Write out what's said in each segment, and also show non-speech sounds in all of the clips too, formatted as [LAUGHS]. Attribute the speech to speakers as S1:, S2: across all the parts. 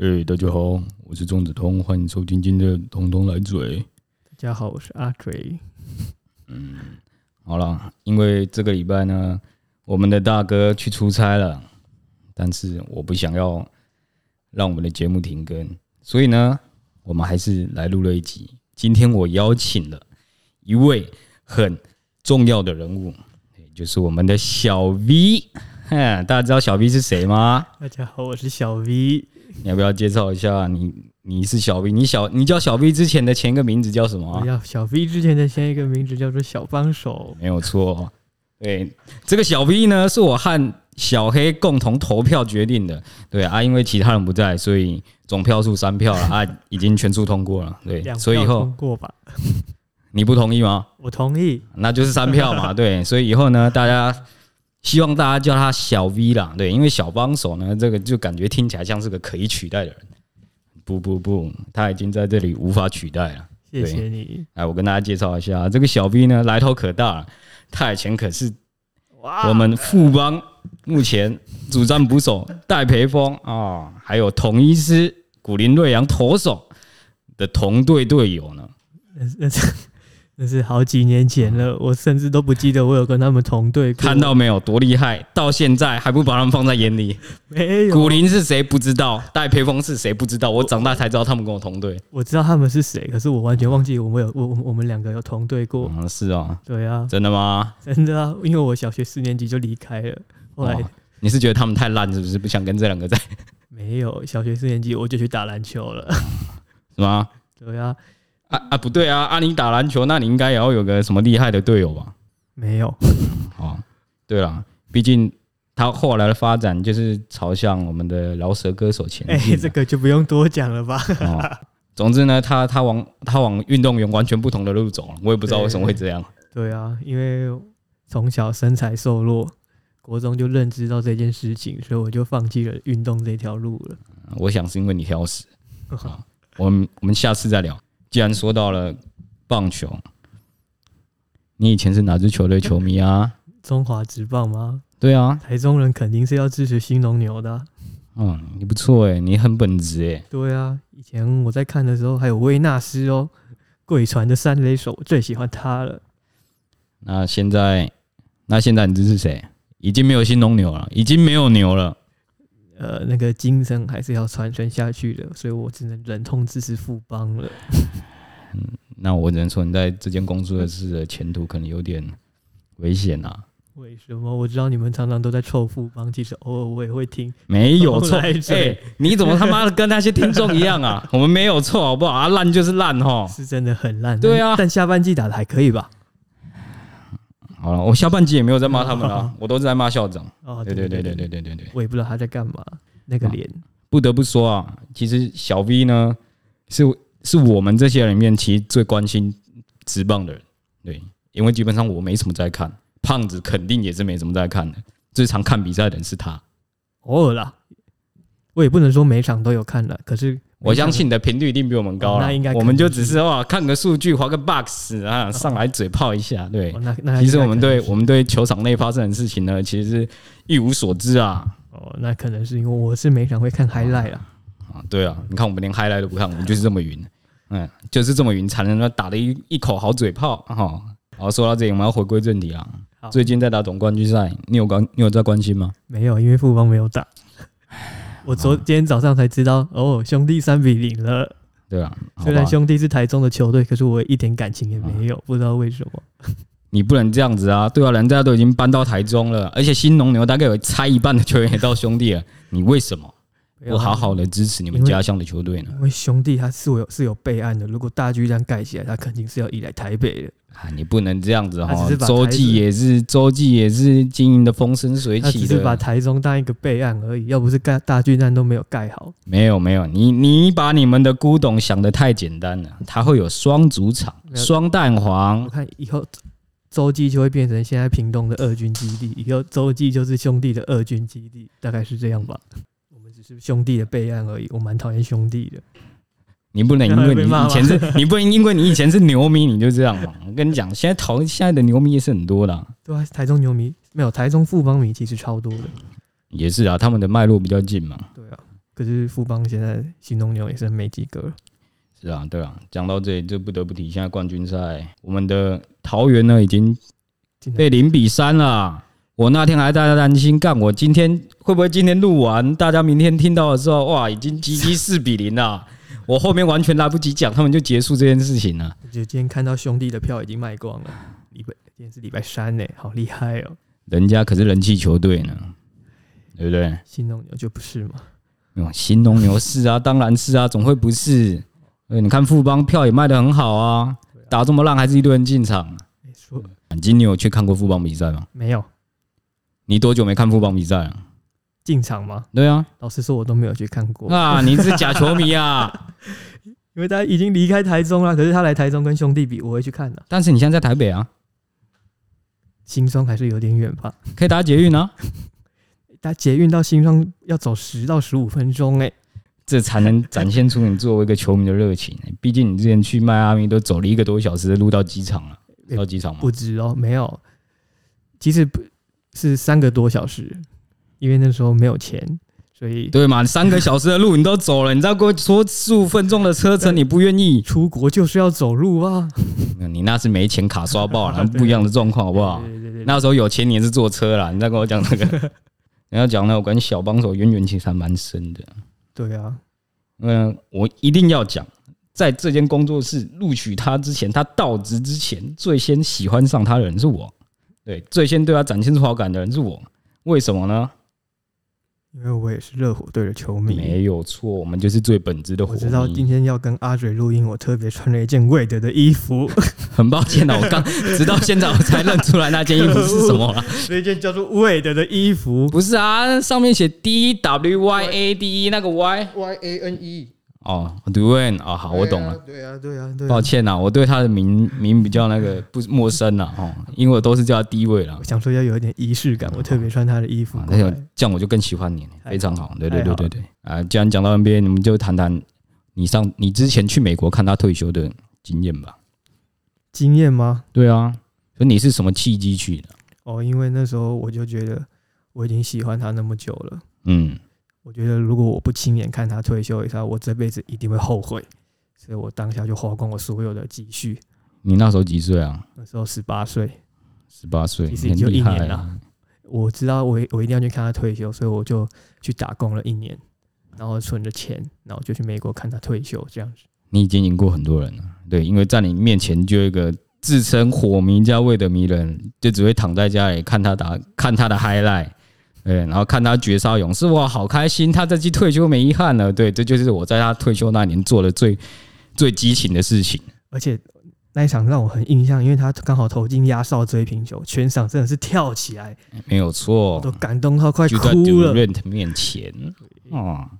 S1: 哎、大家好，我是钟子通，欢迎收听今天的《通通来嘴》。
S2: 大家好，我是阿追。
S1: 嗯，好了，因为这个礼拜呢，我们的大哥去出差了，但是我不想要让我们的节目停更，所以呢，我们还是来录了一集。今天我邀请了一位很重要的人物，也就是我们的小 V。哼，大家知道小 V 是谁吗？
S2: 大家好，我是小 V。
S1: 你要不要介绍一下你？你是小 V，你小你叫小 V 之前的前一个名字叫什么啊、
S2: 我要小 V 之前的先一个名字叫做小帮手，
S1: 没有错。对，这个小 V 呢，是我和小黑共同投票决定的。对啊，因为其他人不在，所以总票数三票了啊，已经全数通过了。对
S2: 两，
S1: 所以以
S2: 票
S1: 后
S2: 通过吧，
S1: 你不同意吗？
S2: 我同意。
S1: 那就是三票
S2: [LAUGHS]
S1: 嘛。对，所以以后呢，大家希望大家叫他小 V 啦。对，因为小帮手呢，这个就感觉听起来像是个可以取代的人。不不不，他已经在这里无法取代了。
S2: 谢谢你，
S1: 哎，我跟大家介绍一下，这个小 V 呢，来头可大了，他以前可是
S2: 哇
S1: 我们富邦目前主战捕手戴培峰啊、还有统一师古林瑞阳投手的同队队友呢。
S2: 那是那是那是好几年前了，我甚至都不记得我有跟他们同队过
S1: 啊看到没有，多厉害！到现在还不把他们放在眼里。
S2: 没有？
S1: 古林是谁不知道，戴培峰是谁不知道，我长大才知道他们跟我同队。
S2: 我知道他们是谁，可是我完全忘记我们有我我我们两个有同队过。
S1: 嗯，是 [LAUGHS] 哦，
S2: 对啊，
S1: 真的吗？
S2: 真的啊，因为我小学四年级就离开了，后来
S1: 哦你是觉得他们太烂是不是？不想跟这两个在
S2: 没有小学四年级我就去打篮球了。
S1: 是吗？
S2: 对啊，
S1: 啊啊，不对啊！啊，你打篮球，那你应该也要有个什么厉害的队友吧？[LAUGHS]
S2: 没有。
S1: 哦，对了，毕竟他后来的发展就是朝向我们的饶舌歌手前
S2: 哎、
S1: 进
S2: 这
S1: 的、
S2: 个就不用多讲了吧？
S1: 哦。总之呢，他他往他往运动员完全不同的路走了，我也不知道为什么会这样。
S2: 对啊，因为从小身材瘦弱，国中就认知到这件事情，所以我就放弃了运动这条路了。
S1: 我想是因为你挑食。啊我们我们下次再聊。既然说到了棒球，你以前是哪支球队球迷啊？
S2: 中华职棒吗？
S1: 对啊，
S2: 台中人肯定是要支持新农牛的啊、
S1: 嗯，你不错哎，你很本职哎。
S2: 对啊，以前我在看的时候还有维纳斯哦，贵船的三垒手，我最喜欢他了。
S1: 那现在，那现在你支持谁？已经没有新农牛了，已经没有牛了。
S2: 呃，那个精神还是要传承下去的，所以我只能忍痛支持富邦了。
S1: 那我只能说，你在这间公司的事的前途可能有点危险啊。
S2: 为什么？我知道你们常常都在臭富邦，其实偶尔我也会听。
S1: 没有错，
S2: 后来
S1: 哎、
S2: 这
S1: 你怎么他妈的跟那些听众一样啊？我们没有错，好不好？啊，烂就是烂哈。
S2: 是真的很烂。
S1: 对啊
S2: 但但下半季打的还可以吧？
S1: 好了，我下半集也没有在骂他们 [LAUGHS] 了、我都是在骂校长。
S2: 哦，
S1: 啊对对对啊对对，对对对，
S2: 我也不知道他在干嘛，那个脸，
S1: 不得不说啊，其实小 V 呢，是是我们这些人里面其实最关心职棒的人，对，因为基本上我没什么在看，胖子肯定也是没什么在看的，最常看比赛的人是他。
S2: 偶尔啦，我也不能说每场都有看了，可是
S1: 我相信你的频率一定比我们高
S2: 哦
S1: 啦
S2: 那应该
S1: 我们就
S2: 肯定
S1: 只是哇看个数据，划个 box 啊，上来嘴炮一下。
S2: 每
S1: 对
S2: 场、，哦那那
S1: 其实我们对
S2: 那可能是
S1: 我们对球场内发生的事情呢，其实是一无所知啊
S2: 哦，那可能是因为我是每场会看 highlight 啦，
S1: 啊，对啊，你看我们连 highlight 都不看，我们就是这么云，嗯，就是这么云才能够打的一一口好嘴炮哈。好，说到这里，我们要回归正题啊。
S2: 好
S1: 最近在打总冠军赛，你有关你有在关心吗？
S2: 没有，因为富邦没有打。我昨今天早上才知道，哦，兄弟三比零了。
S1: 对啊，好
S2: 虽然
S1: 吧，啊
S2: 兄弟是台中的球队，可是我一点感情也没有，不知道为什么。
S1: 你不能这样子啊！对啊，人家都已经搬到台中了，而且新农牛大概有差一半的球员也到兄弟了，你为什么？不好好的支持你们家乡的球队呢？
S2: 啊因为兄弟他是有是有备案的，如果大巨蛋盖起来，他肯定是要移来台北的。
S1: 啊，你不能这样子
S2: 他
S1: 哈
S2: 只是！把
S1: 周
S2: 台子
S1: 记也是周记也是经营的风生水
S2: 他只
S1: 起
S2: 是把
S1: 的，
S2: 台中当一个备案而已，要不是盖大巨蛋都没有盖好。
S1: 没有没有，你你把你们的古董想得太简单了，它会有双主场、
S2: 没有
S1: 双蛋
S2: 我
S1: 黄，
S2: 看以后洲际就会变成现在屏东的二军基地，以后洲际就是兄弟的二军基地，大概是这样吧。我们只是兄弟的备案而已，我蛮讨厌兄弟的。
S1: 你不能因
S2: [LAUGHS]
S1: 为你
S2: 被骂吗
S1: 以前是， [LAUGHS] 你不能因为你以前是牛迷你就这样嘛。我跟你讲，现在讨现在的牛迷也是很多的啊，
S2: 对啊，台中牛
S1: 嗯
S2: 迷没有，台中富邦迷其实超多的。
S1: 也是啊，他们的脉络比较近嘛。
S2: 对啊，可是富邦现在新农牛也剩没几个了。
S1: 是啊，对啊。讲到这里，就不得不提现在冠军赛，我们的桃园呢已经
S2: 今
S1: 被
S2: 天
S1: 零比三了。我那天还大家担心，干我今天会不会今天录完，大家明天听到的时候，哇，已经积积四比零了。我后面完全来不及讲，他们就结束这件事情了。
S2: 我觉得今天看到兄弟的票已经卖光了，礼拜今天是礼拜三呢、好厉害哦！
S1: 人家可是人气球队呢，对不对？
S2: 新农牛就不是嘛？
S1: 没有新农牛是啊，当然是啊，总会不是？呃，你看富邦票也卖得很好啊，打这么烂还是一堆人进场。啊
S2: 没说
S1: 今你有去看过富邦比赛吗？
S2: 没有
S1: 你多久没看富邦比赛了、
S2: 进场吗？
S1: 对啊，
S2: 老实说，我都没有去看过，
S1: 啊，你是假球迷 [LAUGHS] 啊！
S2: 因为他已经离开台中了。可是他来台中跟兄弟比，我会去看的、
S1: 但是你现在在台北啊，
S2: 新庄还是有点远吧？
S1: 可以搭捷运啊，
S2: 搭捷运到新庄要走十到十五分钟哎、
S1: 这才能展现出你作为一个球迷的热情、毕竟你之前去迈阿密都走了一个多小时的路到机场了，
S2: 也
S1: 到机场吗？
S2: 欸不止哦，没有，其实不是三个多小时，因为那时候没有钱，所以
S1: 对嘛，三个小时的路你都走了，你再给我说十五分钟的车程，你不愿意？
S2: 出国就是要走路啊，
S1: 那你那是没钱卡刷爆
S2: [LAUGHS]
S1: 了，不一样的状况，好不好？
S2: 对对对对
S1: 那时候有钱你也是坐车啦，你再跟我讲这
S2: [LAUGHS]
S1: 个，你要讲那我跟小帮手渊源其实还蛮深的。
S2: 对啊，
S1: 嗯，我一定要讲，在这间工作室录取他之前，他到职之前，最先喜欢上他的人是我，对，最先对他展现出好感的人是我。为什么呢？
S2: 因为我也是热火队的球迷。
S1: 没有错，我们就是最本质的火
S2: 我知道今
S1: 迷。
S2: 天要跟阿水录音，我特别穿了一件魏德的
S1: [LAUGHS]
S2: 衣服， [LAUGHS]
S1: 很抱歉啊，我刚直到现在我才认出来那件衣服是什么
S2: [LAUGHS]
S1: 了。
S2: 那件叫做魏德的衣服。
S1: 不是啊，上面写 D W Y A D E 那个 Y
S3: Y A N E，
S1: 哦 d u a n 哦，好，我懂了。
S3: 对啊。
S2: 对啊，对啊
S1: 抱，歉啦，我对他的名名比较那个不陌生啦，哦，因为我都是叫他低位啦
S2: 我。想说要有一点仪式感，我特别穿他的衣服
S1: 哦啊，
S2: 过
S1: 那有
S2: 来。
S1: 这样我就更喜欢你了，
S2: 太
S1: 非常好。对对
S2: 太
S1: 对
S2: 好
S1: 对对。啊，既然讲到 NBA，你们就谈谈你上你之前去美国看他退休的经验吧。
S2: 经验吗？
S1: 对啊，所以你是什么契机去的？
S2: 哦，因为那时候我就觉得我已经喜欢他那么久了，
S1: 嗯，
S2: 我觉得如果我不亲眼看他退休一下，我这辈子一定会后悔，所以我当下就花光我所有的积蓄。
S1: 你那时候几岁啊？
S2: 那时候十八岁，
S1: 十八岁，
S2: 其实
S1: 你很
S2: 也就
S1: 厉
S2: 一
S1: 害
S2: 年
S1: 啊
S2: 啦。我知道我我一定要去看他退休，所以我就去打工了一年，然后存着钱，然后就去美国看他退休这样子。
S1: 你已经赢过很多人了，对，因为在你面前就有一个自称火迷加味的迷人，就只会躺在家里看他打，看他的 highlight，对，然后看他绝杀勇士，哇，好开心，他这季退休没遗憾了，对，这就是我在他退休那年做的最最激情的事情，
S2: 而且那一场让我很印象，因为他刚好投进压哨追平球，全场真的是跳起来，
S1: 没有错
S2: 我都，感动到快
S1: 哦就在
S2: 哭了。
S1: Durant 面前，哦，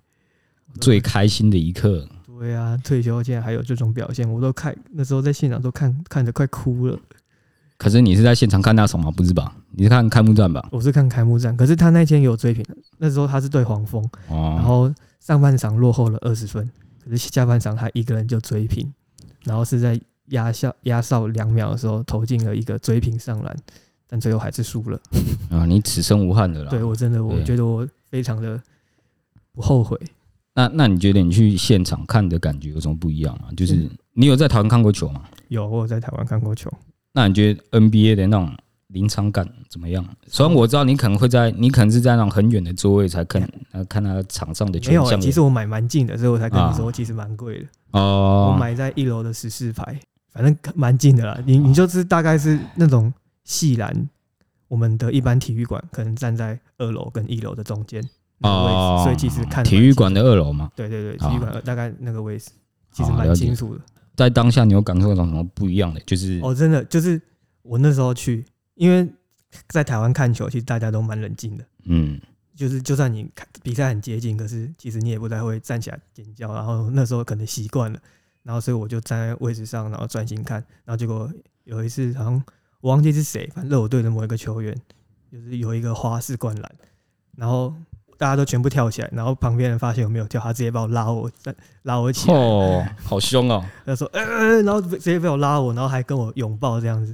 S1: 最开心的一刻，
S2: 对啊，退休竟然还有这种表现，我都看那时候在现场都看看着快哭了。
S1: 可是你是在现场看那场吗？不是吧？你是看开幕战吧？
S2: 我是看开幕战，可是他那天有追平，那时候他是对黄蜂，然
S1: 哦，
S2: 后上半场落后了二十分，可是下半场他一个人就追平，然后是在压哨压哨两秒的时候投进了一个追平上篮，但最后还是输了。
S1: 啊，你此生无憾的啦。
S2: 对我真的我
S1: 对
S2: 觉得我非常的不后悔，
S1: 那那你觉得你去现场看的感觉有什么不一样吗？
S2: 嗯
S1: 就是你有在台湾看过球吗？
S2: 有我有在台湾看过球，
S1: 那你觉得 NBA 的那种临场感怎么样？虽然我知道你可能会在，你可能是在那种很远的座位才看，呃，看他场上的球
S2: 嗯没有、啊
S1: 像
S2: 其实我买蛮近的，所以我才跟
S1: 啊
S2: 你说其实蛮贵的，我
S1: 哦，
S2: 买在一楼的十四排，反正蛮近的啦。你你就是大概是那种细篮，我们的一般体育馆可能站在二楼跟一楼的中间那个位置，
S1: 哦
S2: 所以其实看
S1: 体
S2: 蛮
S1: 育
S2: 近
S1: 馆的二楼嘛，
S2: 对对对，
S1: 啊
S2: 体育馆呃大概那个位置，其实
S1: 啊
S2: 蛮
S1: 了解
S2: 清楚的。
S1: 在当下你有感受到什么不一样的？就是
S2: 哦，真的就是我那时候去，因为在台湾看球，其实大家都蛮冷静的，
S1: 嗯，
S2: 就是就算你看比赛很接近，可是其实你也不太会站起来尖叫。然后那时候可能习惯了，然后所以我就站在位置上，然后专心看。然后结果有一次好像我忘记是谁，反正热火队的某一个球员，就是有一个花式灌篮，然后。大家都全部跳起来，然后旁边人发现我没有跳，他直接把我拉我站拉我 [LAUGHS] 起来，
S1: 哦，好凶哦，
S2: 他说，呃、呃，然后直接被我拉我，然后还跟我拥抱这样子。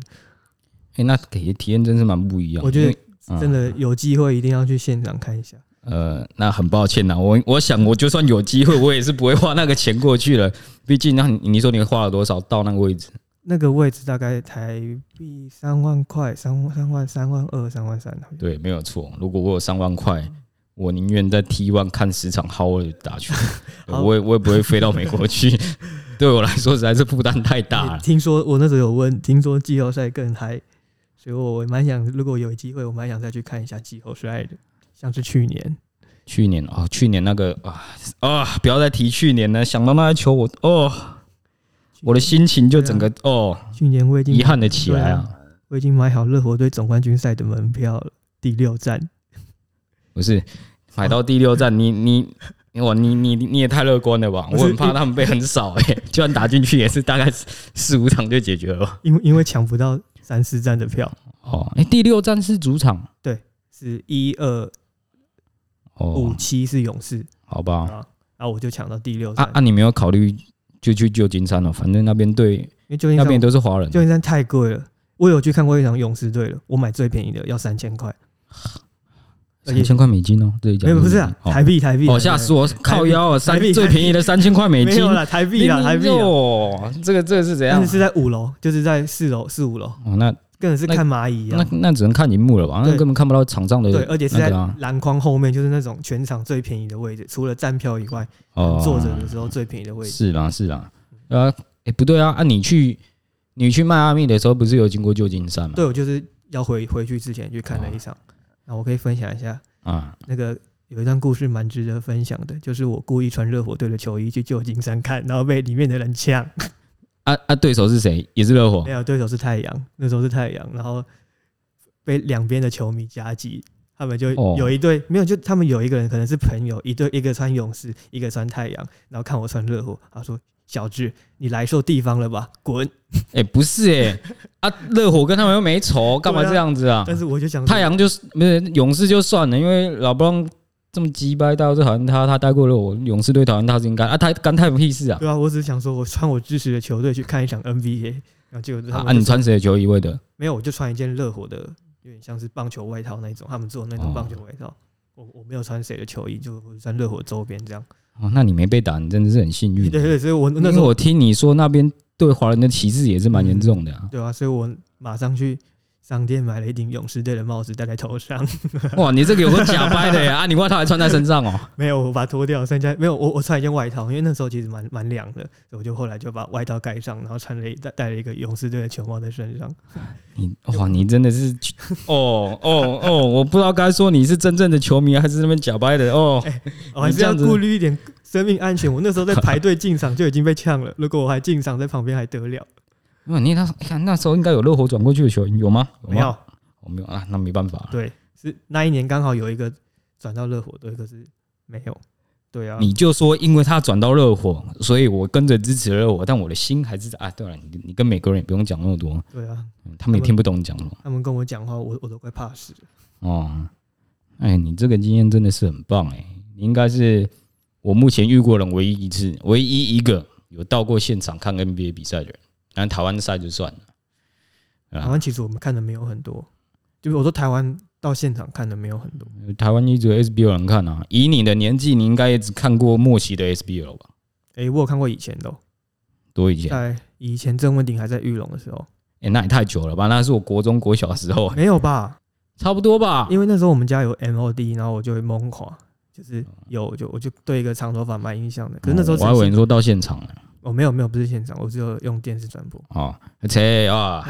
S1: 哎，那给体验真是蛮不一样的。
S2: 我觉
S1: 因
S2: 得
S1: 为嗯
S2: 真的有机会一定要去现场看一下。
S1: 呃，那很抱歉呐，我我想我就算有机会，我也是不会花那个钱过去了。 [LAUGHS] 毕竟那你你说你花了多少到那个位置？
S2: 那个位置大概台币三万块，三万三万三万二，三万三。好像
S1: 对，没有错。如果我有三万块，我宁愿在 T one 看十场 h o w 打球，对
S2: 好
S1: 我也我也不会飞到美国去。对我来说实在是负担太大了。
S2: 听说我那时候有问，听说季后赛更嗨，所以我蛮想，如果有机会，我蛮想再去看一下季后赛的，像是去年。
S1: 去年哦，去年那个啊啊，不要再提去年了，想到那个球我哦，我的心情就整个哦
S2: 去年我已经
S1: 遗憾的起来啊
S2: 对。我已经买好热火队总冠军赛的门票了，第六站。
S1: 不是买到第六站，你你你我你你你也太乐观了吧！
S2: 不
S1: 我
S2: 是
S1: 很怕他们被很少哎、欸，就算打进去也是大概 [LAUGHS] 四四五场就解决了吧。
S2: 因为因为抢不到三四站的票，
S1: 哦，哎、第六站是主场
S2: 是一二五
S1: 哦，
S2: 七是勇士
S1: 好
S2: 啊，
S1: 吧。
S2: 然后我就抢到第六站，
S1: 啊啊，你没有考虑就去旧金山了、反正那边对
S2: 因为旧金
S1: 那
S2: 山
S1: 边也都是华人。
S2: 旧金山太贵了。我有去看过一场勇士队了，我买最便宜的要三千块，而
S1: 三
S2: 且
S1: 千块美金哦，这一家
S2: 没有不是啊，
S1: 哦
S2: 台币台币，
S1: 哦，吓死我！靠腰啊，三
S2: 台币
S1: 最便宜的三千块美
S2: 没
S1: 金
S2: 有，啦，台币啦，台币啦，
S1: 哦，这个这个是怎样
S2: 但是？是在五楼，就是在四楼四五楼，
S1: 哦，那
S2: 更是看蚂蚁
S1: 那
S2: 啊，
S1: 那只能看荧幕了吧？那
S2: 对
S1: 根本看不到场上的
S2: 对，而且是
S1: 那
S2: 在
S1: 个啊
S2: 篮筐后面，就是那种全场最便宜的位置，除了站票以外，
S1: 哦
S2: 坐着的时候最便宜的位置。
S1: 是啦，是啦，
S2: 嗯
S1: 啊，哎、不对啊，啊，你去你去迈阿密的时候，不是有经过旧金山吗？
S2: 对，我就是要回回去之前去看了一场，
S1: 哦
S2: 那我可以分享一下
S1: 啊，
S2: 那个有一段故事蛮值得分享的，就是我故意穿热火队的球衣去旧金山看，然后被里面的人呛，
S1: 啊啊，对手是谁？也是热火
S2: 没有对手是太阳，那时候是太阳，然后被两边的球迷夹击。他们就
S1: 哦
S2: 有一对、没有，就他们有一个人可能是朋友，一对一个穿勇士，一个穿太阳，然后看我穿热火，他说：“小智，你来错地方了吧，滚
S1: 哎、不是哎、啊，热火跟他们又没仇，干嘛
S2: 对啊
S1: 这样子！”啊？
S2: 但是我就想说
S1: 太阳就是不是勇士就算了，因为老布朗这么鸡掰，大家都讨厌他，他待过热火，勇士队讨厌他是应该啊，他干太屁事啊！
S2: 对啊，我只是想说，我穿我支持的球队去看一场 NBA，然后结果他
S1: 啊
S2: 们、
S1: 啊，你穿谁的球衣？会的
S2: 没有，我就穿一件热火的，有点像是棒球外套那种，他们做的那
S1: 哦
S2: 种棒球外套。我我没有穿谁的球衣，就我穿热火周边这样。
S1: 哦，那你没被打，你真的是很幸运
S2: 对。 [LAUGHS] 对，所以我
S1: 嗯因
S2: 那时
S1: 为
S2: 候
S1: 我听你说那边对华人的歧视也是蛮严重的啊。
S2: 对啊，所以我马上去商店买了一顶勇士队的帽子戴在头上。 [LAUGHS]
S1: [LAUGHS] 哇，你这个有个假掰 [LAUGHS] 的耶啊！你外套还穿在身上哦。
S2: 没有，我把它脱掉，剩下没有我我穿一件外套，因为那时候其实蛮蛮凉的，所以我就后来就把外套盖上，然后穿了一戴戴了一个勇士队的球帽在身上。
S1: 你哇，你真的是哦哦哦！我不知道该说你是真正的球迷还是那边假掰的
S2: [LAUGHS]
S1: 哦。
S2: 我还
S1: 你
S2: 是
S1: 这
S2: 要
S1: 样子
S2: 顾虑一点生命安全。我那时候在排队进场就已经被呛了，如果我还进场在旁边还得了？
S1: 哇，你那看那时候应该有热火转过去的球员有吗？
S2: 没有
S1: 吗，，我没有啊，那没办法了。
S2: 对，是那一年刚好有一个转到热火队，可是没有。对啊，
S1: 你就说，因为他转到热火，所以我跟着支持热火，但我的心还是在啊。对了，你你跟美国人也不用讲那么多，
S2: 对啊，
S1: 嗯他们也听不懂你讲什么。
S2: 他们跟我讲话，我我都快怕死了。
S1: 哦，哎，你这个经验真的是很棒哎，你应该是我目前遇过的唯一一次，唯一一个有到过现场看 NBA 比赛的人。然后台湾赛就算了，啊
S2: 台湾其实我们看的没有很多，就是我说台湾到现场看的没有很多，
S1: 台湾一直有 SBL 能看啊。以你的年纪，你应该也只看过末期的 SBL 吧？
S2: 诶，我有看过以前的哦、
S1: 多以前，哎、
S2: 在以前郑文鼎还在玉龙的时候，
S1: 那也太久了吧？那是我国中、国小的时候、哎
S2: 没有吧？
S1: 差不多吧？
S2: 因为那时候我们家有 MOD，然后我就会懵垮，就是有我就我就对一个长头发蛮印象的。可是那时候
S1: 嗯哦我还以
S2: 陈信
S1: 为你说到现场了
S2: 哦，没有没有，不是现场，我只有用电视转播。
S1: 哦，切啊！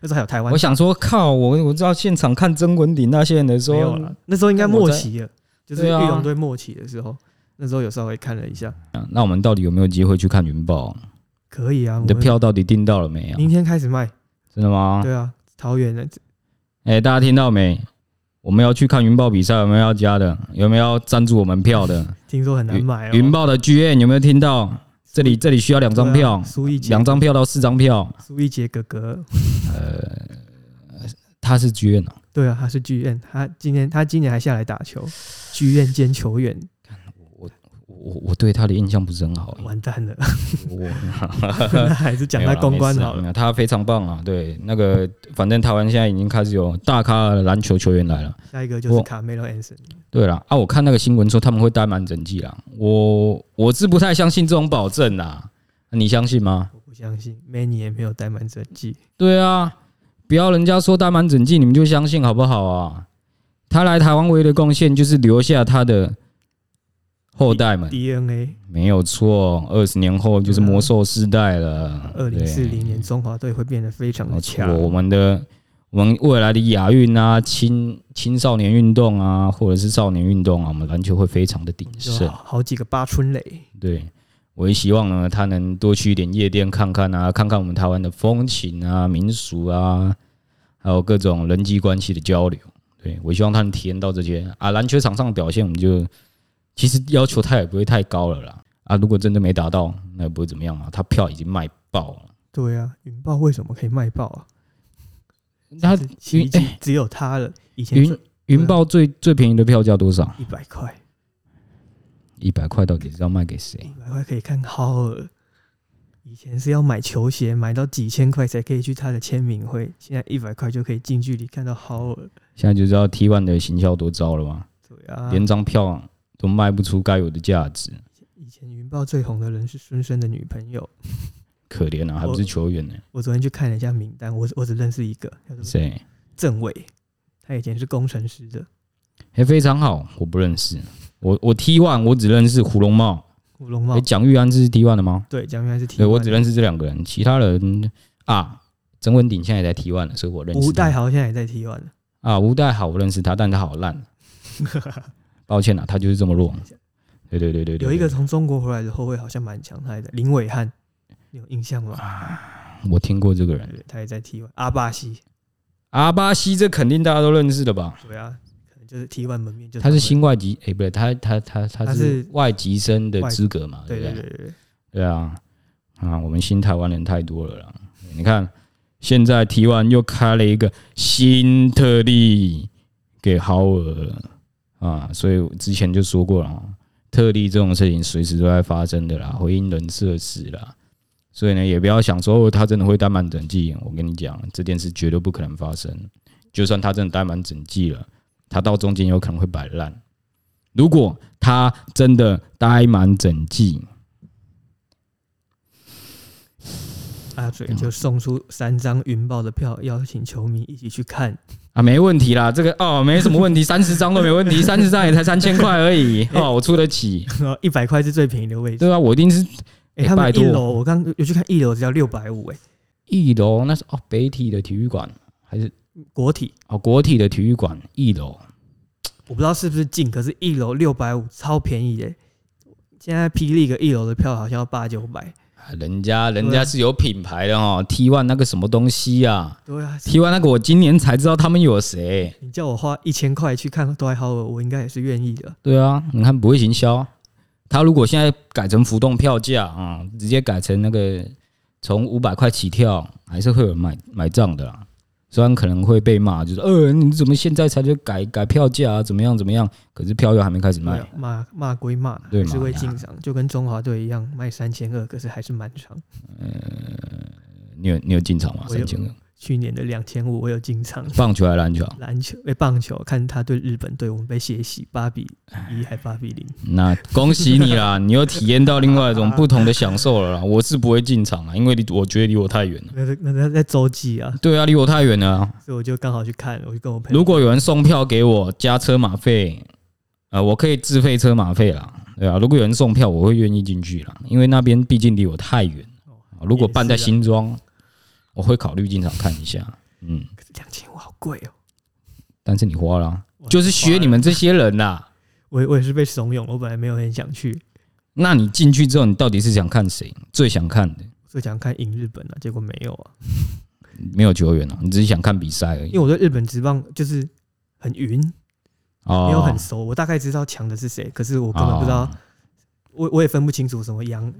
S2: 那时候还有台湾
S1: 我，想说，靠，我我知道现场看曾文鼎那些人的时
S2: 没有
S1: 候，
S2: 了，那时候应该末期了，就是
S1: 哦对
S2: 玉
S1: 啊
S2: 龙队末期的时候，那时候有稍微看了一下，
S1: 啊那我们到底有没有机会去看云豹？
S2: 可以啊，我
S1: 你的
S2: 们
S1: 票到底订到了没啊？
S2: 明天开始卖，
S1: 真的吗？
S2: 对啊，桃园的
S1: 哎、大家听到没？我们要去看云豹比赛，有没有要加的？有没有要赞助我们票的？
S2: 听说很难买哦，
S1: 云豹的剧院有没有听到？这里这里需要两张票
S2: 对啊，苏一杰
S1: 两，张票到四张票。
S2: 苏一杰哥哥，
S1: 他是剧院啊，
S2: 对啊，他是剧院，他今年他今年还下来打球，剧院兼球员，
S1: 我我我我对他的印象不是很
S2: [LAUGHS]
S1: 好，
S2: 完蛋
S1: [LAUGHS]
S2: 了，
S1: 我
S2: 那还是讲
S1: 没有
S2: 他
S1: 啦
S2: 公关
S1: 没事啊
S2: 好了。
S1: 没有他非常棒啊！对，那个反正台湾现在已经开始有大咖的篮球球员来了。
S2: 下一个就是
S1: 我
S2: 卡梅隆安森，
S1: 对啦，啊，我看那个新闻说他们会待满整季啦，我我是不太相信这种保证啦，你相信吗？
S2: 我不相信 Many 也没有待满整季，
S1: 对啊，不要人家说待满整季你们就相信好不好啊？他来台湾唯一的贡献就是留下他的后代们，
S2: DNA
S1: 没有错。二十年后就是魔兽世代了，
S2: 二零四零年中华队会变得非常的
S1: 没错，
S2: 强。
S1: 我们的我们未来的亚运啊、青青少年运动啊，或者是少年运动啊，我们篮球会非常的鼎
S2: 有
S1: 盛。
S2: 好好几个八春雷，
S1: 对，我也希望呢，他能多去一点夜店看看啊，看看我们台湾的风情啊、民俗啊，还有各种人际关系的交流。对我希望他能体验到这些啊。篮球场上的表现，我们就其实要求他也不会太高了啦。啊，如果真的没达到，那也不会怎么样嘛。他票已经卖爆了，
S2: 对啊，云豹为什么可以卖爆啊？
S1: 他哎
S2: 是奇迹只有他了，以前
S1: 云云豹最最便宜的票价多少？
S2: 一百块，
S1: 一百块到底是要卖给谁
S2: 一？百块哎可以看豪尔。以前是要买球鞋，买到几千块才可以去他的签名会，现在一百块就可以近距离看到豪尔。
S1: 现在就知道 T One 的行销多糟了嘛，
S2: 对啊，
S1: 连张票都卖不出该有的价值，
S2: 以前云豹最红的人是孙生的女朋友。
S1: 可怜啊，还不是球员呢、
S2: 我昨天去看了一下名单，我只我只认识一个，叫做
S1: 谁？
S2: 郑伟，他以前是工程师的。
S1: 哎、非常好，我不认识。我我 T One 我只认识胡龙茂，
S2: 胡龙茂
S1: 哎、蒋玉安是 T One 的吗？
S2: 对，蒋玉安是 T
S1: 对，我
S2: one
S1: 只认识这两个人，其他人啊，曾文鼎现在也在 T One 了，所以我认识他。
S2: 吴代豪现在也在 T one 了。
S1: 啊，吴代好，我认识他，但他好烂，抱歉啊，他就是这么弱。对对 [LAUGHS] 对对对，
S2: 有一个
S1: 对
S2: 从中国回来的后卫好像蛮强，他也在林伟汉，你有印象吗？
S1: 啊我听过这个人，
S2: 对他也在 T one。阿巴西，
S1: 阿巴西这肯定大家都认识的吧？
S2: 对啊，可能就是 T one 门面就
S1: 他是
S2: 们
S1: 新外籍，哎诶，不对，他他他他
S2: 他
S1: 是
S2: 是
S1: 外籍生的资格嘛，
S2: 对
S1: 不
S2: 对
S1: 对
S2: 对对对，
S1: 对啊，啊，我们新台湾人太多了啦。你看，现在 T one 又开了一个新特例给豪尔了啊，所以我之前就说过了啊，特例这种事情随时都在发生的啦，回应人设施啦。所以呢，也不要想说哦他真的会待满整季。我跟你讲，这件事绝对不可能发生。就算他真的待满整季了，他到中间有可能会摆烂。如果他真的待满整季，
S2: 阿水啊
S1: 嗯
S2: 就送出三张云豹的票，邀请球迷一起去看。
S1: 啊，没问题啦，这个哦，没什么问题，三十张都没问题，三十张也才三千块而已，哦，我出得起，
S2: 一百块是最便宜的位置。
S1: 对啊，我一定是
S2: 哎、
S1: 哎
S2: 他
S1: 拜
S2: 们
S1: 托
S2: 一楼，我刚有去看一楼只要六百五，哎，
S1: 一楼，那是哦北体的体育馆还是
S2: 国体
S1: 哦国体的体育馆一楼，
S2: 我不知道是不是近，可是一楼六百五超便宜的、现在霹雳个一楼的票好像要八九百。
S1: 啊人家人家是有品牌的哦，T One 那个什么东西啊
S2: 对啊，
S1: ，T One 那个我今年才知道他们有谁，
S2: 你叫我花一千块去看都还好，我应该也是愿意的。
S1: 对啊，你看不会行销，啊他如果现在改成浮动票价啊、直接改成那个从五百块起跳，还是会有人买买账的啦。虽然可能会被骂，就是呃，你怎么现在才就改改票价啊？怎么样怎么样？可是票又还没开始卖
S2: 对啊，骂骂归骂，
S1: 对
S2: 还是
S1: 嘛
S2: 会
S1: 呀
S2: 进赏，就跟中华队一样卖三千二，可是还是满场。
S1: 你有你有进场吗？
S2: 我
S1: 啊
S2: 有
S1: 三千个哦
S2: 去年的两千五我有进场。
S1: 棒球还是篮球？
S2: 篮球被、棒球，看他对日本队，我们被血洗八比一还八比零。
S1: 那恭喜你
S2: [LAUGHS]
S1: 啦，你又体验到另外一种不同的享受了啦。我是不会进场啊，因为离我觉得离我太远了。
S2: 那那那在洲际啊，
S1: 对啊，离我太远了啊。
S2: 所以我就刚好去看，我就跟我朋友。
S1: 如果有人送票给我加车马费，呃，我可以自费车马费啦，对啊，如果有人送票，我会愿意进去啦，因为那边毕竟离我太远。
S2: 哦
S1: 如果办在新
S2: 啊
S1: 庄，我会考虑进场看一下。嗯，
S2: 两千五好贵哦、
S1: 但是你花啦，
S2: 我
S1: 就是学你们这些人啦。
S2: 我也我也是被怂恿，我本来没有很想去，
S1: 那你进去之后，你到底是想看谁？最想看的
S2: 最想看赢日本啊，结果没有
S1: 嗯
S2: 啊，
S1: 没有球员啊，你只是想看比赛而已
S2: 因为。我对日本职棒就是很云，
S1: 哦
S2: 没有很熟，我大概知道强的是谁，可是我根
S1: 哦
S2: 本不知道，我我也分不清楚什么杨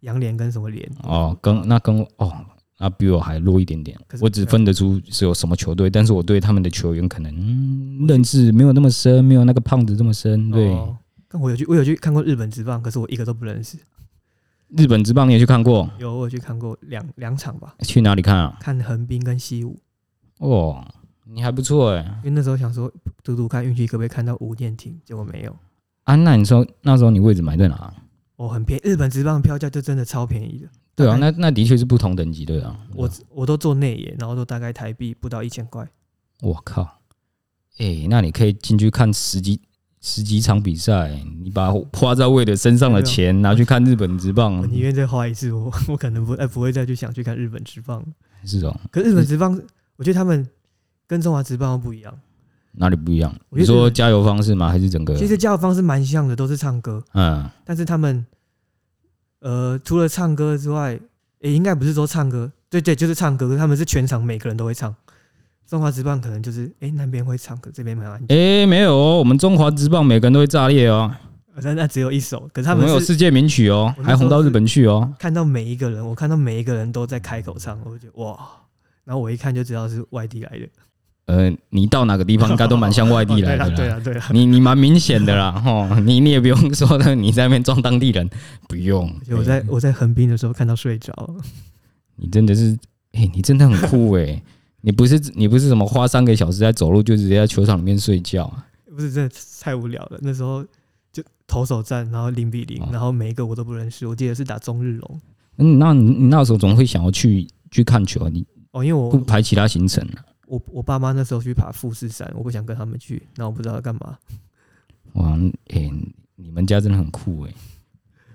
S2: 杨莲跟什么莲，
S1: 哦，跟那跟我哦，那比我还弱一点点
S2: 可。是
S1: 我只分得出是有什么球队，但是我对他们的球员可能、嗯认识没有那么深，没有那个胖子这么深。对，
S2: 哦但我有去，我有去看过日本职棒，可是我一个都不认识。
S1: 日本职棒你也去看过？
S2: 有我有去看过两两场吧，
S1: 去哪里看啊？
S2: 看横滨跟西武，
S1: 哦，你还不错哎、
S2: 因为那时候想说赌赌看运气可不可以看到吴念婷，结果没有。
S1: 啊，那你说那时候你位置买在哪？
S2: 哦，很便宜，日本职棒票价就真的超便宜的。
S1: 对啊，
S2: 大概
S1: 那那的确是不同等级的啊。
S2: 我我都做内野，然后都大概台币不到一千块。
S1: 我靠，哎、那你可以进去看十几十几场比赛，你把花在魏的身上的钱拿去看日本职棒
S2: 我，宁愿再花一次，我我可能不哎不会再去想去看日本职棒了。
S1: 是哦，
S2: 可日本职棒，我觉得他们跟中华职棒不一样。
S1: 哪里不一样？
S2: 我觉得
S1: 你说加油方式吗？还是整个？
S2: 其实教育方式蛮像的，都是唱歌，
S1: 嗯，
S2: 但是他们呃除了唱歌之外，也、应该不是说唱歌，对对，就是唱歌。可是他们是全场每个人都会唱。中华职棒可能就是哎、那边会唱，可这边蛮安静。
S1: 哎、没有哦，我们中华职棒每个人都会炸裂哦，
S2: 但那只有一首，可是
S1: 我
S2: 他们
S1: 们有
S2: 是
S1: 世界名曲哦，
S2: 我那时
S1: 还
S2: 候
S1: 红到日本去哦。
S2: 看到每一个人，我看到每一个人都在开口唱，我就觉得哇，然后我一看就知道是外地来的，
S1: 呃，你到哪个地方应该都蛮像外地来的
S2: 哦 [LAUGHS] 对
S1: 啦。
S2: 啦对啦对啦，
S1: 你你蛮明显
S2: [LAUGHS]
S1: 的啦，吼，你你也不用说的，你在那边装当地人，不用。
S2: 而且我在
S1: 哎
S2: 我在横滨的时候看到睡着，
S1: 你真的是，哎、你真的很酷哎、 [LAUGHS] 你不是你不是什么花三个小时在走路，就直接在球场里面睡觉啊？
S2: 不是真的太无聊了。那时候就投手战，然后零比零
S1: 哦，
S2: 然后每一个我都不认识，我记得是打中日龙
S1: 嗯，那你你那时候怎么会想要去去看球啊？你
S2: 哦，因为
S1: 不
S2: 我
S1: 排其他行程啊？
S2: 我我爸妈那时候去爬富士山，我不想跟他们去，那我不知道要干嘛，
S1: 哇，哎、你们家真的很酷哎、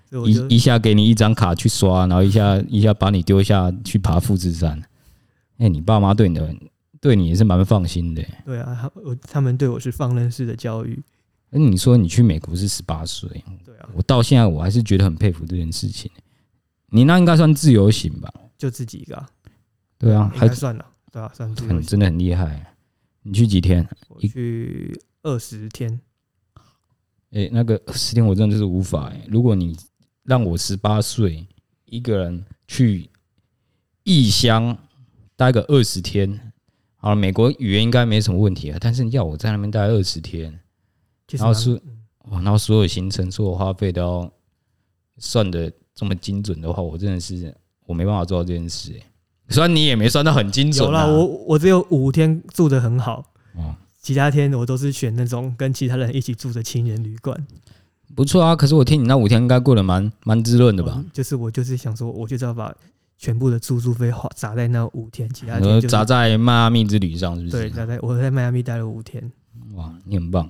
S2: 所以我就
S1: 一一下给你一张卡去刷，然后一下一下把你丢下去爬富士山。哎、你爸妈对你的对你也是蛮放心的、欸。
S2: 对啊，他我他们对我是放任式的教育，
S1: 那欸你说你去美国是十八岁，
S2: 对啊，
S1: 我到现在我还是觉得很佩服这件事情。你那应该算自由行吧？
S2: 就自己一个啊、
S1: 对啊，
S2: 应
S1: 还
S2: 该算了，对啊，算自由
S1: 很
S2: 行
S1: 真的很厉害。你去几天？
S2: 我
S1: 一
S2: 去二十天，
S1: 诶、那个十天我真的就是无法、欸。如果你让我十八岁一个人去异乡待个二十天，好了，美国语言应该没什么问题啊。但是要我在那边待二十天，
S2: 其实
S1: 然后
S2: 蛮
S1: 是
S2: 嗯
S1: 哇，然后所有行程、所有花费都要算的这么精准的话，我真的是我没办法做到这件事、欸。虽然你也没算到很精准啊
S2: 有
S1: 啦，
S2: 啦，我我只有五天住的很好，
S1: 哦
S2: 其他天我都是选那种跟其他人一起住的青年旅馆，
S1: 不错啊。可是我听你那五天应该过得蛮蛮滋润的吧？
S2: 嗯就是我就是想说，我就是要把全部的住宿费花砸在那五天，其他
S1: 然
S2: 天
S1: 后
S2: 就是
S1: 砸在迈阿密之旅上，是不
S2: 对
S1: 是？
S2: 砸在我在迈阿密待了五天，
S1: 嗯哇，你很棒，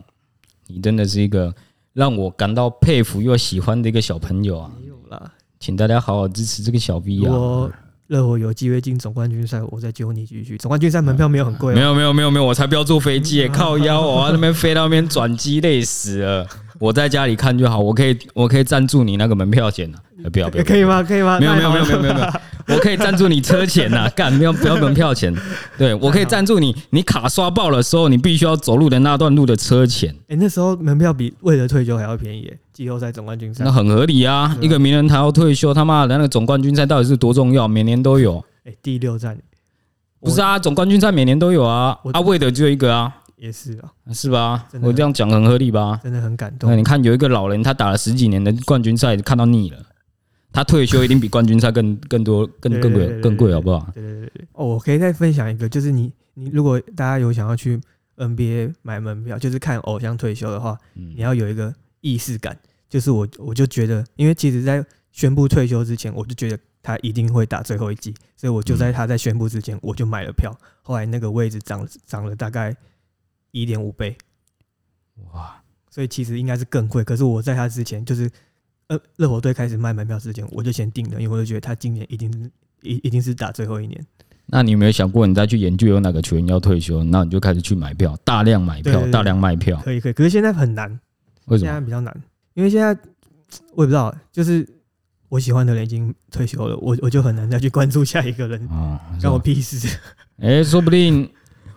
S1: 你真的是一个让我感到佩服又喜欢的一个小朋友啊！
S2: 没有啦，
S1: 请大家好好支持这个小 V 啊
S2: 我！热火有机会进总冠军赛，我再揪你继续。总冠军赛门票没有很
S1: 嗯
S2: 贵、
S1: 没
S2: 哦，
S1: 有没有没有没有，我才不要坐飞
S2: [LAUGHS]
S1: 机耶！靠腰哦，我那边飞到那边转机累死了。我在家里看就好，我可以我可以赞助你那个门票钱啊！呃不要不要，
S2: [LAUGHS] 可以吗？可以吗？
S1: 没有没有没有
S2: 太好
S1: 没有
S2: 了
S1: 没有没有，我可以赞助你车钱呐、 [LAUGHS] 干不要不要门票钱，对我可以赞助你，你卡刷爆的时候，你必须要走路的那段路的车钱，
S2: 哎、那时候门票比为了退休还要便宜耶，季后赛总冠军赛
S1: 那。很合理啊。
S2: 对啊
S1: 一个名人堂要退休，他妈的那个总冠军赛到底是多重要？每年都有，
S2: 哎、第六站
S1: 不是啊？总冠军赛每年都有啊
S2: 我，
S1: 啊，为的只有一个啊，
S2: 也是啊，
S1: 是吧
S2: 真？的
S1: 我这样讲很合理吧？
S2: 真的很感
S1: 那
S2: 动。
S1: 你看有一个老人，他打了十几年的冠军赛，看到腻了，他退休一定比冠军赛更更多、更
S2: 对
S1: 更
S2: 对对
S1: 贵、
S2: 对
S1: 更贵，
S2: 对
S1: 好不好？
S2: 对对对对，哦，我可以再分享一个，就是你你如果大家有想要去 NBA 买门票，就是看偶像退休的话，
S1: 嗯
S2: 你要有一个意识感。就是我我就觉得，因为其实在宣布退休之前，我就觉得他一定会打最后一季，所以我就在他在宣布之前，我就买了票。后来那个位置涨涨了大概一点五倍，
S1: 哇，
S2: 所以其实应该是更贵。可是我在他之前，就是呃热火队开始卖门票之前，我就先定了，因为我就觉得他今年一定是一一定是打最后一年。
S1: 那你有没有想过，你再去研究有哪个球员要退休，那你就开始去买票，大量买
S2: 对对
S1: 票，
S2: 对
S1: 大量卖票？
S2: 可以可以，可是现在很难，
S1: 为什
S2: 现
S1: 么？
S2: 在比较难，因为现在我也不知道，就是我喜欢的人已经退休了，我我就很难再去关注下一个人，
S1: 哦，是
S2: 关我
S1: 吧
S2: 屁事。
S1: 哎、说不定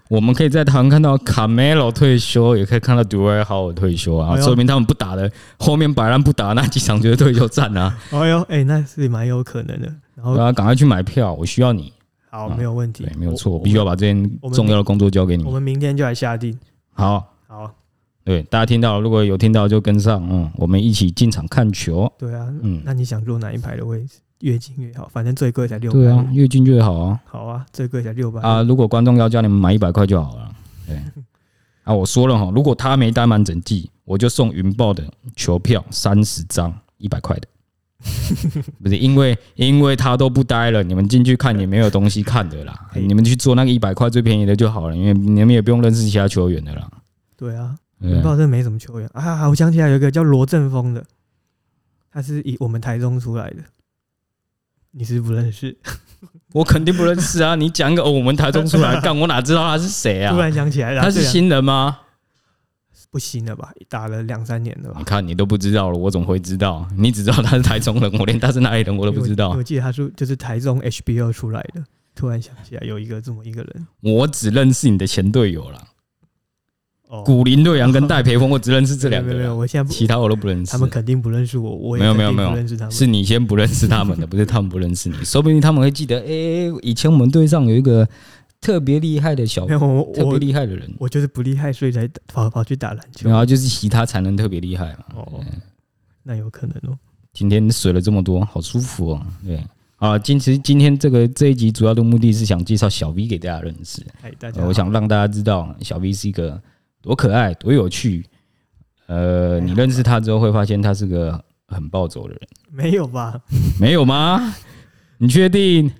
S1: 我们可以在台湾看到卡梅罗退休，也可以看到 d u a 好 h 退休啊，
S2: 哎呦
S1: 说明他们不打的，后面摆烂不打的那几场就是退休战啊！
S2: 哎呦，哎、那是蛮有可能的。
S1: 大
S2: 然后
S1: 家赶快去买票，我需要你，
S2: 好，
S1: 嗯
S2: 没有问题
S1: 啊对，，没有错，
S2: 我
S1: 我必须要。把这件重要的工作交给
S2: 我们我
S1: 你。
S2: 们明天就来下定。
S1: 好，
S2: 好，
S1: 对，大家听到了，如果有听到就跟上，嗯，我们一起进场看球。
S2: 对啊，
S1: 嗯
S2: 那你想坐哪一排的位置？越近越好，反正最贵才六百。
S1: 对啊，越近越好啊。
S2: 好啊，最贵才六百
S1: 啊，。如果观众要叫你们买一百块就好了。对，啊，我说了哈，如果他没待满整季，我就送云豹的球票三十张，一百块的。 [LAUGHS] 不是因为因为他都不待了，你们进去看也没有东西看的啦，
S2: 嗯
S1: 你们去做那个一百块最便宜的就好了，因为你们也不用认识其他球员的啦。
S2: 对啊，
S1: 对
S2: 云豹真的没什么球员啊！我想起来有一个叫罗振峰的，他是以我们台中出来的，你是不是不认识？
S1: 我肯定不认识
S2: [LAUGHS]
S1: 啊！你讲一个哦，我们台中出来干，我哪知道他是谁
S2: 突
S1: 啊？
S2: 然想起来了，
S1: 他是
S2: 对啊
S1: 新人吗？
S2: 不新了吧？打了两三年了吧
S1: 你？看你都不知道了，我怎么会知道？你只知道他是台中人，我连他是哪里人我
S2: 我
S1: 都不知道
S2: 我。记得他是就是台中 HBO 出来的，突然想起来有一个这么一个人，
S1: 我只认识你的前队友了，
S2: 哦，
S1: 古林瑞阳跟戴培峰，我只认识这两个
S2: 没有没有没有，
S1: 人，啊
S2: 我现在不
S1: 其他我都不认识
S2: 他。们肯定不认识我，我也
S1: 没有没有
S2: 肯定
S1: 没有
S2: 不认识他们。
S1: [LAUGHS] 是你先不认识他们的，不是他们不认识你，说不定他们会记
S2: [LAUGHS]
S1: 得，哎，以前我们队上有一个特别厉害的小
S2: 没，有我
S1: 特别
S2: 我
S1: 厉害的人，
S2: 我就是不厉害，所以才跑跑去打篮球
S1: 然。后就是其他才能特别厉害嘛。
S2: 哦，那有可能哦。
S1: 今天水了这么多，好舒服哦。对，啊，今其实今天这个这一集主要的目的是想介绍小 V 给大家认识，
S2: 哎，大家
S1: 呃
S2: 好，
S1: 我想让大家知道小 V 是一个多可爱、多有趣。呃，你认识他之后会发现他是个很暴走的人，
S2: 没有吧？
S1: 没有吗？你确定？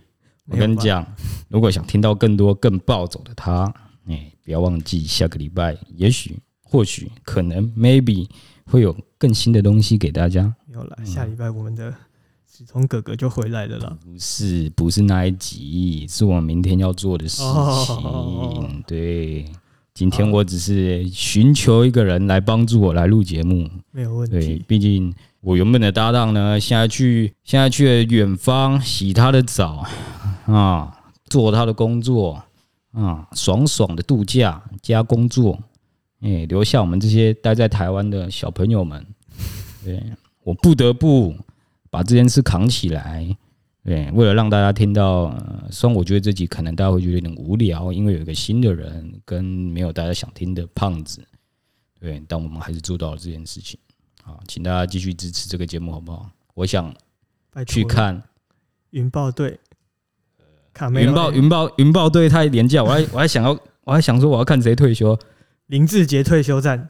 S1: 我
S2: 没有
S1: 跟你
S2: 吧，
S1: 讲，如果想听到更多更暴走的他，哎、不要忘记下个礼拜，也许、或许、可能、maybe 会有更新的东西给大家。
S2: 没有了。下礼拜我们的子聪哥哥就回来了啦。
S1: 不是，不是那一集，是我们明天要做的事情。
S2: 哦
S1: 对，今天我只是寻求一个人来帮助我来录节目。
S2: 没有问
S1: 对
S2: 题，。
S1: 毕竟我原本的搭档呢，现在去现在去了远方洗他的澡啊，做他的工作啊，爽爽的度假加工作，哎、留下我们这些待在台湾的小朋友们。 [LAUGHS] 对我不得不把这件事扛起来。对，为了让大家听到，呃虽然我觉得这集可能大家会觉得有点无聊，因为有一个新的人跟没有大家想听的胖子，对，但我们还是做到了这件事情。好，请大家继续支持这个节目，好不好？我想
S2: 拜托
S1: 去看
S2: 云豹队，卡梅
S1: 云
S2: 隆
S1: 豹，云豹，云豹队太廉价，我还我还想要，我还想说我要看谁退休，
S2: 林志杰退休战，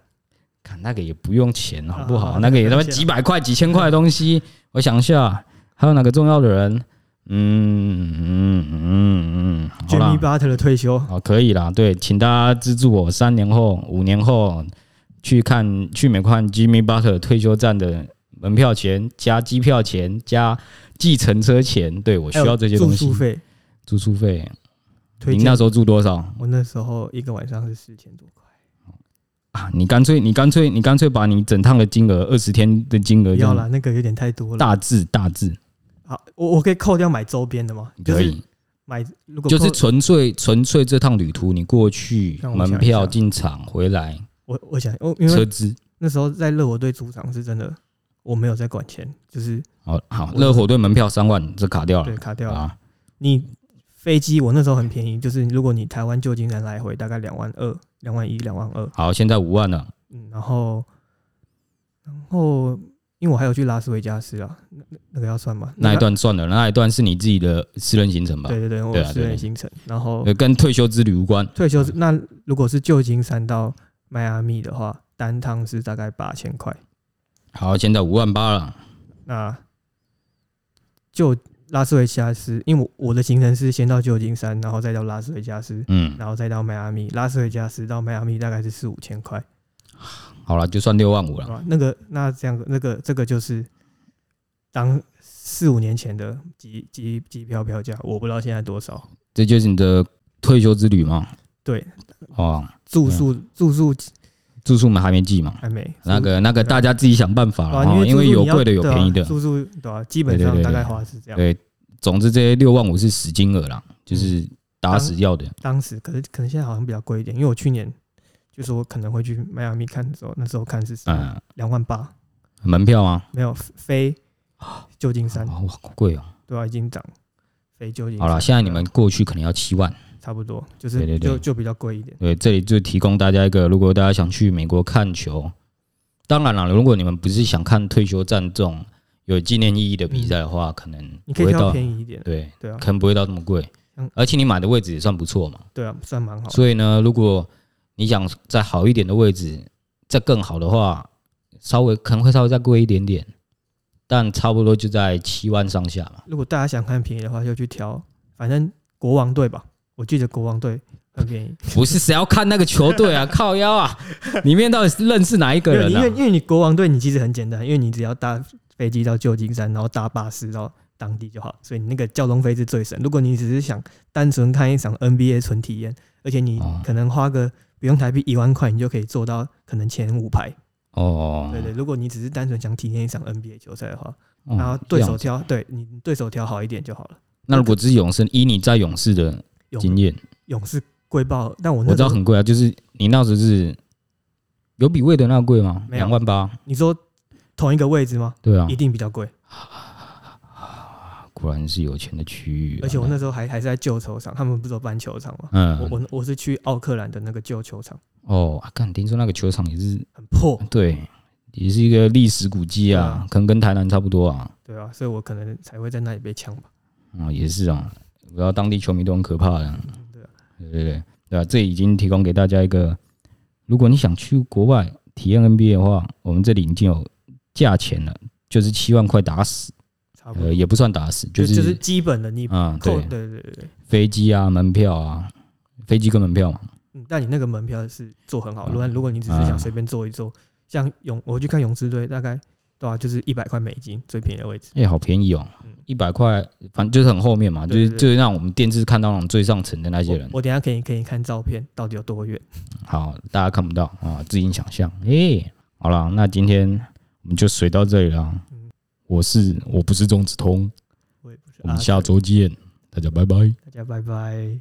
S1: 看那个也不用钱，好不
S2: 啊
S1: 好？
S2: 啊
S1: 那个也他妈
S2: 了解
S1: 几百块、几千块的东西，我想一下，还有哪个重要的人？嗯嗯嗯嗯，好
S2: Jimmy
S1: 啦，
S2: Butler 的退休，
S1: 好，哦可以啦，对，请大家资助我三年后、五年后去看去美看 Jimmy Butler 退休站的门票钱、加机票钱、加计程车钱，对我需
S2: 还
S1: 要
S2: 有
S1: 这些
S2: 住
S1: 东西
S2: 宿。费。
S1: 住宿费，
S2: 推
S1: 你
S2: 荐
S1: 那时候住多少
S2: 我那时候一个晚上是四千多块，
S1: 啊？你干脆你干脆你干脆把你整趟的金额二十天的金额
S2: 不
S1: 这
S2: 要
S1: 样
S2: 啦，那个有点太多了。
S1: 大致大致
S2: 好，我我可以扣掉买周边的吗？就
S1: 可
S2: 是
S1: 以，
S2: 买，如果
S1: 就
S2: 扣
S1: 是纯粹纯粹这趟旅途你过去
S2: 让我想一
S1: 门
S2: 下
S1: 票进场回来
S2: 我我想，哦，因
S1: 车
S2: 为
S1: 资。
S2: 那时候在热火队主场是真的，我没有在管钱，就是
S1: 好哦好，
S2: 我
S1: 热火队门票三万，这卡掉
S2: 对
S1: 了
S2: 卡掉了。
S1: 啊。
S2: 你飞机我那时候很便宜，就是如果你台湾旧金山来回大概两万二、两万一、两万二，
S1: 好，现在五万了。
S2: 嗯，然后然后因为我还有去拉斯维加斯啊，那那那个要算吗？
S1: 那一
S2: 个
S1: 段算了，那一段是你自己的私人行程吧？
S2: 对对对，我
S1: 对啊嗯
S2: 私
S1: 对
S2: 人行程，然后
S1: 呃，跟退休之旅无关。
S2: 退休是那如果是旧金山到迈阿密的话，单趟是大概八千块。
S1: 好，现在五万八了。
S2: 那就拉斯维加斯，因为我我的行程是先到旧金山，然后再到拉斯维加斯，
S1: 嗯，
S2: 然后再到迈阿密。拉斯维加斯到迈阿密大概是四五千块，
S1: 好了，就算六万五了。
S2: 啊，那个那这样那个这个就是当四五年前的机机机票票价，我不知道现在多少。
S1: 这就是你的退休之旅嘛？
S2: 对，
S1: 哦，
S2: 住宿住宿
S1: 住宿我们还没记嘛？
S2: 还没
S1: 那
S2: 住
S1: 个那个，
S2: 对啊
S1: 大家自己想办法
S2: 对
S1: 了
S2: 啊
S1: 啊，哦因
S2: 因
S1: 为
S2: 住宿
S1: 有
S2: 你要
S1: 贵的有
S2: 对啊
S1: 便宜的。
S2: 住宿对吧、基本
S1: 对对
S2: 上
S1: 对
S2: 大概
S1: 对
S2: 花是这样。
S1: 对，总之这些六万五是死金额
S2: 嗯
S1: 啦，就是打死要的。
S2: 当时可是可能现在好像比较贵一点，因为我去年就是我可能会去迈阿密看的时候，那时候看是
S1: 嗯，
S2: 两万八，
S1: 门票啊，
S2: 没有飞旧金山啊
S1: 哦哇，好贵哦。
S2: 嗯对吧、已经涨，非旧金
S1: 好了，
S2: 山啊
S1: 现在你们过去可能要七万。
S2: 差不多，就是
S1: 对对对
S2: 就就比较贵一点。
S1: 对，这里就提供大家一个，如果大家想去美国看球，当然了，如果你们不是想看退休战这种有纪念意义的比赛的话，可能
S2: 嗯你
S1: 不
S2: 可以
S1: 会
S2: 挑
S1: 到
S2: 便宜一点，
S1: 对，
S2: 对啊，
S1: 可能不会到这么贵
S2: 嗯，
S1: 而且你买的位置也算不错嘛。
S2: 对啊，算蛮好的。
S1: 所以呢，如果你想在好一点的位置，再更好的话，稍微可能会稍微再贵一点点，但差不多就在七万上下嘛。
S2: 如果大家想看便宜的话，就去挑，反正国王队吧，我记得国王队很便宜。
S1: 不是谁要看那个球队啊， [LAUGHS] 靠腰啊，里面到底是认识哪一个
S2: 没有
S1: 人
S2: 因
S1: 啊
S2: 为？因为你国王队你其实很简单，因为你只要搭飞机到旧金山，然后搭巴士到当地就好，所以你那个交通费是最省。如果你只是想单纯看一场 NBA 纯体验，而且你
S1: 哦
S2: 可能花个不用台币一万块，你就可以做到可能前五排。
S1: 哦，
S2: 对对，如果你只是单纯想体验一场 NBA 球赛的话，
S1: 哦
S2: 然后对
S1: 这
S2: 手
S1: 样子
S2: 挑对你对手挑好一点就好了。
S1: 那如果只是勇士，以你在勇士的经
S2: 勇
S1: 验，
S2: 勇士贵爆，但我
S1: 我
S2: 那
S1: 知
S2: 时
S1: 道
S2: 候
S1: 很贵啊，就是你那时候是有比魏德那贵吗？
S2: 没有
S1: 两万八，
S2: 你说同一个位置吗？
S1: 对啊
S2: 一，定比较贵，
S1: 果然是有钱的区域啊、
S2: 而且我那时候还还是在旧球场，他们不是有办球场吗？
S1: 嗯
S2: 我我我是去奥克兰的那个旧球场，
S1: 哦，啊干、听说那个球场也是
S2: 很破，
S1: 对，也是一个历史古迹啊
S2: 对啊，
S1: 可能跟台南差不多啊，
S2: 对啊，所以我可能才会在那里被呛吧。
S1: 啊、也是啊，不要当地球迷都很可怕的，
S2: 对啊，
S1: 对对对，对啊，这已经提供给大家一个，如果你想去国外体验 NBA 的话，我们这里已经有价钱了，就是七万块打死。
S2: 差不多
S1: 呃，，也不算打死，
S2: 就
S1: 就是
S2: 就是基本的你
S1: 啊、
S2: 扣，
S1: 对
S2: 对，对对对，
S1: 飞机啊，门票啊，飞机跟门票嘛，
S2: 嗯，但你那个门票是做很好，
S1: 嗯
S2: 如果如果你只是想随便坐一坐，像勇我去看勇士队，大概对啊，就是一百块美金最便宜的位置，
S1: 哎、好便宜哦
S2: 嗯，
S1: 一百块，反正就是很后面嘛，就
S2: 对
S1: 是
S2: 对对
S1: 就是让我们电视看到那种最上层的那些
S2: 我
S1: 人，
S2: 我等一下给你给你看照片，到底有多远？
S1: 好，大家看不到啊，自行想象。哎、好了，那今天我们就水到这里了
S2: 嗯。
S1: 我是我不是钟子通，
S2: 我也不是
S1: 我
S2: 啊
S1: 们，下周见，大家拜拜。
S2: 大家拜拜。